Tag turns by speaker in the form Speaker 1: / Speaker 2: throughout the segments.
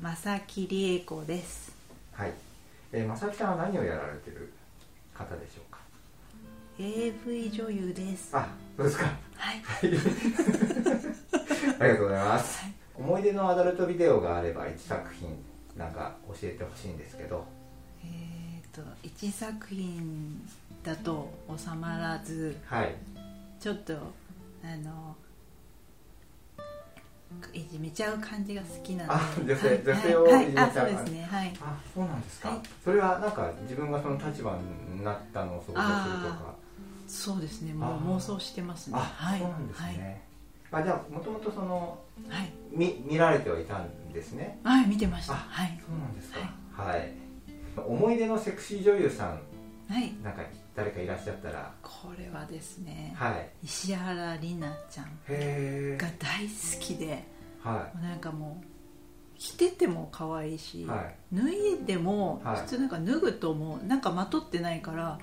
Speaker 1: 正木理恵子です
Speaker 2: はい、えー、まさきさんは何をやられてる方でしょうか
Speaker 1: AV 女優です
Speaker 2: あそうですか
Speaker 1: はい
Speaker 2: はいありがとうございます思い出のアダルトビデオがあれば1作品なんか教えてほしいんですけど
Speaker 1: えっ、と1作品だと収まらず
Speaker 2: はい
Speaker 1: ちょっとあのいじめちゃう感じが好きな
Speaker 2: あ
Speaker 1: ので
Speaker 2: 女性
Speaker 1: はい
Speaker 2: 女性を
Speaker 1: はい
Speaker 2: いじめちゃ
Speaker 1: は
Speaker 2: う
Speaker 1: い、あそうです
Speaker 2: 感じ
Speaker 1: ねはい
Speaker 2: あそうなんですか、
Speaker 1: はい
Speaker 2: それはなんか自分がその立場になったのを想像するとか
Speaker 1: そうですねも
Speaker 2: あ
Speaker 1: う妄想してますね
Speaker 2: あ
Speaker 1: はい
Speaker 2: そうなんですね、あじゃあもともとその
Speaker 1: はい
Speaker 2: 見見られてはいたんですね
Speaker 1: はい、はい、見てました
Speaker 2: あ
Speaker 1: はい
Speaker 2: そうなんですかはい、思い出のセクシー女優さん
Speaker 1: はい
Speaker 2: なんか誰かいらっしゃったら
Speaker 1: これはですね、
Speaker 2: はい
Speaker 1: 石原里奈ちゃん
Speaker 2: へ
Speaker 1: が
Speaker 2: え
Speaker 1: 大好きで
Speaker 2: は
Speaker 1: もうなんかもう着てても可愛いし、
Speaker 2: いはい
Speaker 1: 脱いでも
Speaker 2: はい
Speaker 1: 普通なんか脱ぐともうなんかまとってないから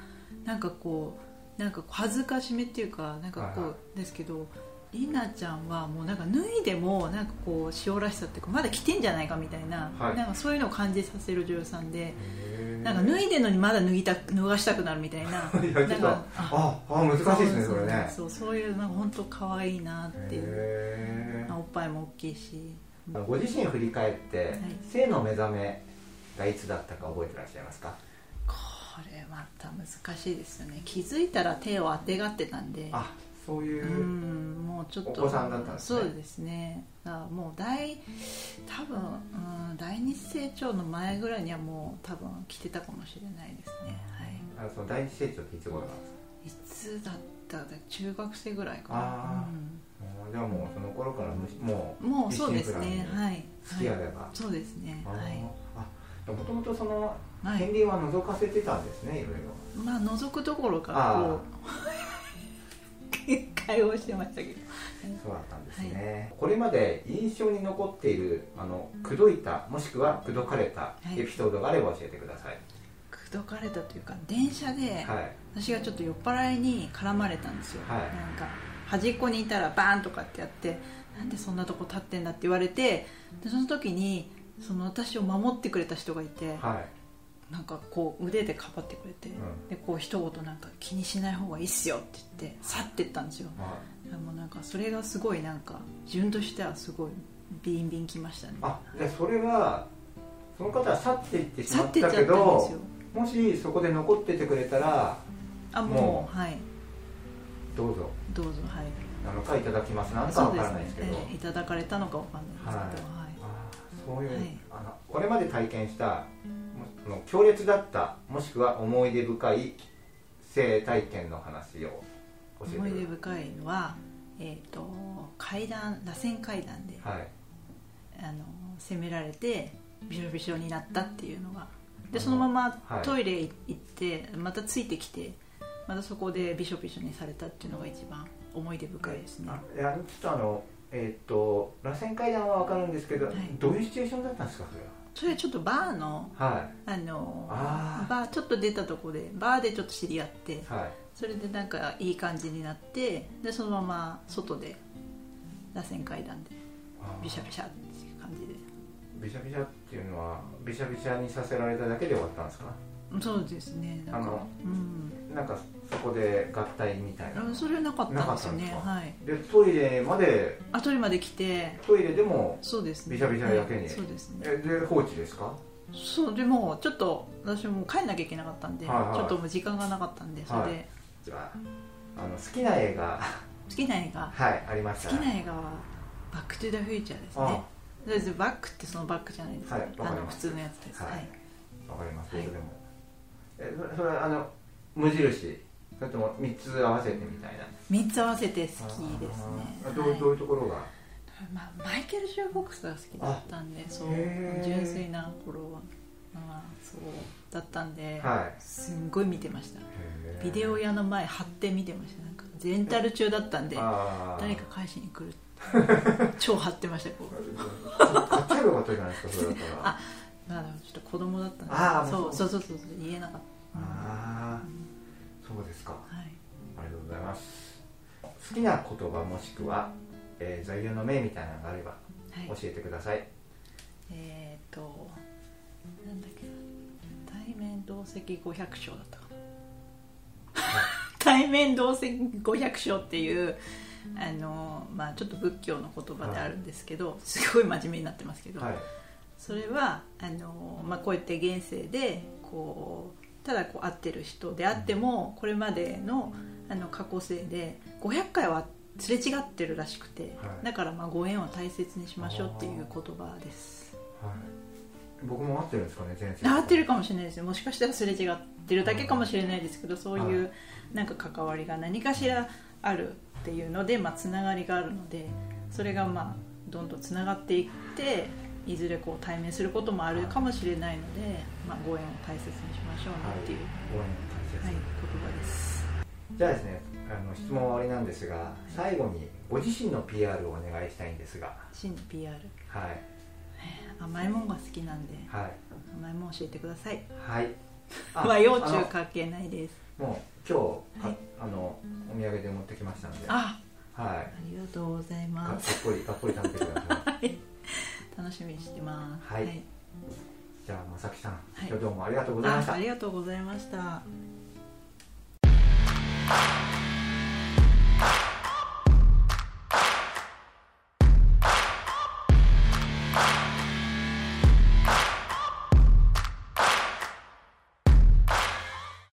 Speaker 1: なんかこうなんか恥ずかしめっていうかなんかこ
Speaker 2: はいは
Speaker 1: うですけどりなちゃんはもうなんか脱いでもなんかこう塩らしさっていうかまだ着てんじゃないかみたいな,、
Speaker 2: はい
Speaker 1: なんかそういうのを感じさせる女優さんで
Speaker 2: へー
Speaker 1: なんか脱いでんのにまだ脱ぎたく脱がしたくなるみたいな
Speaker 2: いやち
Speaker 1: な
Speaker 2: ょっ
Speaker 1: ん
Speaker 2: と
Speaker 1: か
Speaker 2: ああ難しいですねそれね
Speaker 1: そうそういうなんか本当可愛いなっていう
Speaker 2: へー
Speaker 1: おっぱいも大きいし
Speaker 2: ご自身振り返って、
Speaker 1: い
Speaker 2: 性の目覚めがいつだったか覚えてらっしゃいますか
Speaker 1: これまた難しいですよね気づいたら手をあてがってたんで
Speaker 2: あそういうう、
Speaker 1: んもうちょっと
Speaker 2: お子さんだったんですね
Speaker 1: そうですねだからもう大多分うん大日成長の前ぐらいにはもう多分来てたかもしれないですねはい
Speaker 2: あのその第一成長っていつ頃なんですか
Speaker 1: いつだったか中学生ぐらいか
Speaker 2: あ
Speaker 1: な
Speaker 2: ー、うんじゃあもうその頃からむしも
Speaker 1: うんもうそうです
Speaker 2: 一心
Speaker 1: ね
Speaker 2: 不乱に
Speaker 1: はい、
Speaker 2: う好きあ
Speaker 1: はい、
Speaker 2: れば、
Speaker 1: そうですねは
Speaker 2: あもともとその
Speaker 1: い、は
Speaker 2: 片
Speaker 1: い、
Speaker 2: 鱗は覗かせてたんですねいろいろ
Speaker 1: まあ覗くところから
Speaker 2: あ
Speaker 1: こ う会話してましたけど
Speaker 2: そうだったんですね、これまで印象に残っているあの口説いたもしくは口説かれたエピソードがあれば教えてください
Speaker 1: 口説かれたというか電車で
Speaker 2: はい、
Speaker 1: 私がちょっと酔っ払いに絡まれたんですよ、
Speaker 2: はい
Speaker 1: なんか端っこにいたらバーンとかってやってなんでそんなとこ立ってんだって言われてでその時にその私を守ってくれた人がいて、
Speaker 2: はい
Speaker 1: なんかこう腕でかばってくれて、
Speaker 2: ん
Speaker 1: でこう一言なんか気にしない方がいいっすよって言って去ってったんですよ
Speaker 2: はい、
Speaker 1: でもなんかそれがすごいなんか自分としてはすごいビンビンきましたね
Speaker 2: あじゃあそれはその方は去っていってし
Speaker 1: 去
Speaker 2: ま
Speaker 1: っ
Speaker 2: って
Speaker 1: っちゃっ
Speaker 2: た
Speaker 1: たん
Speaker 2: け
Speaker 1: ですよ
Speaker 2: どもしそこで残っててくれたら
Speaker 1: あもう
Speaker 2: も
Speaker 1: はい
Speaker 2: どうぞ
Speaker 1: どうぞはい
Speaker 2: なのかいただきますなんか
Speaker 1: そ
Speaker 2: わ
Speaker 1: う
Speaker 2: か
Speaker 1: で
Speaker 2: ら
Speaker 1: す
Speaker 2: ない
Speaker 1: ね
Speaker 2: ですけど
Speaker 1: えーいただかれたのかわかんないですけどはい
Speaker 2: あーそういう、
Speaker 1: はい
Speaker 2: あのこれまで体験したもその強烈だったもしくは思い出深い性体験の話を教えてくだ
Speaker 1: 思
Speaker 2: さ
Speaker 1: い
Speaker 2: い
Speaker 1: 出深いのは、えー、と階段螺旋階段で、
Speaker 2: はい
Speaker 1: あの攻められてびしょびしょになったっていうのがでそのまま
Speaker 2: はい
Speaker 1: トイレ行って、またついてきてまたそこでびしょびしょにされたっていうのが一番思い出深いですね
Speaker 2: あいやちょっとあのえーっと螺旋階段は分かるんですけど、
Speaker 1: はい
Speaker 2: どういうシチュエーションだったんですかそれ
Speaker 1: それはちょっとバーの
Speaker 2: ははい
Speaker 1: あの
Speaker 2: あー
Speaker 1: バーちょっと出たとこでバーでちょっと知り合って
Speaker 2: はい
Speaker 1: それでなんかいい感じになってでそのまま外で螺旋階段で
Speaker 2: あー
Speaker 1: びしゃびしゃっていう感じで
Speaker 2: びしゃびしゃっていうのはびしゃびしゃにさせられただけで終わったんですか
Speaker 1: そうですねなん
Speaker 2: あ
Speaker 1: か
Speaker 2: の、
Speaker 1: うん、
Speaker 2: なんかそこで合体みたいな
Speaker 1: あそれはなかったんですよね
Speaker 2: なかったんですか
Speaker 1: はい
Speaker 2: でトイレまで
Speaker 1: あトイレまで来て
Speaker 2: トイレでも
Speaker 1: そうですね
Speaker 2: びしゃびしゃだけに
Speaker 1: はいそうですね
Speaker 2: えで放置ですか
Speaker 1: そうでもちょっと私もう帰んなきゃいけなかったんで、
Speaker 2: はいはい
Speaker 1: ちょっともう時間がなかったんでそれで、
Speaker 2: はじゃああの好きな映画
Speaker 1: 好きな映画
Speaker 2: はいありまし
Speaker 1: 好
Speaker 2: た
Speaker 1: きな映画は「バック・トゥ・ザ・フューチャー」ですね
Speaker 2: あ
Speaker 1: とりあえずバックってそのバックじゃないですか、
Speaker 2: はいわかり
Speaker 1: あ
Speaker 2: ます
Speaker 1: の普通のやつです、
Speaker 2: は
Speaker 1: はいい
Speaker 2: わかります
Speaker 1: はい
Speaker 2: 僕でもえそれそれはあの無印それとも3つ合わせてみたいな
Speaker 1: 3つ合わせて好きですね
Speaker 2: あーどう
Speaker 1: はい
Speaker 2: どういうところが
Speaker 1: まあ、マイケル・シューフォックスが好きだったんでそう
Speaker 2: へー
Speaker 1: 純粋な頃は、まあ、そうだったんで、
Speaker 2: はい
Speaker 1: すんごい見てました
Speaker 2: へー
Speaker 1: ビデオ屋の前張って見てましたなんかレンタル中だったんで
Speaker 2: あー
Speaker 1: 誰か返しに 来るって超張ってましたこう
Speaker 2: 買っちゃえばよかったじゃないですかそれだったら
Speaker 1: あまあでもちょっと子供だったんで
Speaker 2: あー
Speaker 1: そ
Speaker 2: もう
Speaker 1: うそうそうそうそう言えなかった、
Speaker 2: ああそうですか
Speaker 1: はい、
Speaker 2: ありがとうございます好きな言葉もしくは、えー座右の銘みたいなのがあれば
Speaker 1: はい
Speaker 2: 教えてください、
Speaker 1: えっ、となんだっけな対面同席500章だったかな対面同席500章っていうあの、まあ、ちょっと仏教の言葉であるんですけど、すごい真面目になってますけど、
Speaker 2: はい
Speaker 1: それはあの、まあ、こうやって現世でこうただこう会ってる人であってもこれまでのあの過去生で500回はすれ違ってるらしくて、
Speaker 2: はい
Speaker 1: だからまあご縁を大切にしましょうっていう言葉です
Speaker 2: はい僕も合ってるんですかね全然
Speaker 1: 合ってるかもしれないですねもしかしたらすれ違ってるだけかもしれないですけどそうい
Speaker 2: は
Speaker 1: うなんか関わりが何かしらあるっていうのでまあつながりがあるのでそれがまあどんどんつながっていっていずれこう対面することもあるかもしれないので、まあ、ご縁を大切にしましょう
Speaker 2: は
Speaker 1: ね
Speaker 2: い
Speaker 1: っていう、
Speaker 2: 応援を大切に
Speaker 1: はい、言葉です
Speaker 2: じゃあですねあの質問は終わりなんですが最後にご自身の PR をお願いしたいんですが
Speaker 1: 真の PR
Speaker 2: はい
Speaker 1: 甘いもんが好きなんで
Speaker 2: はい
Speaker 1: 甘いもん教えてください
Speaker 2: はい あ
Speaker 1: 和洋
Speaker 2: あ
Speaker 1: 中
Speaker 2: の
Speaker 1: 関係ないです
Speaker 2: もう今日か、
Speaker 1: はい
Speaker 2: あのお土産で持ってきましたんではい
Speaker 1: あありがとうござい
Speaker 2: かか
Speaker 1: ま
Speaker 2: っ
Speaker 1: す
Speaker 2: こいいかっこいい食べてくだ さい
Speaker 1: 楽しみにしてます
Speaker 2: はいじゃあまさきさん、
Speaker 1: はい
Speaker 2: 今日どうもありがとうございまし
Speaker 1: あ
Speaker 2: た
Speaker 1: ありがとうございました。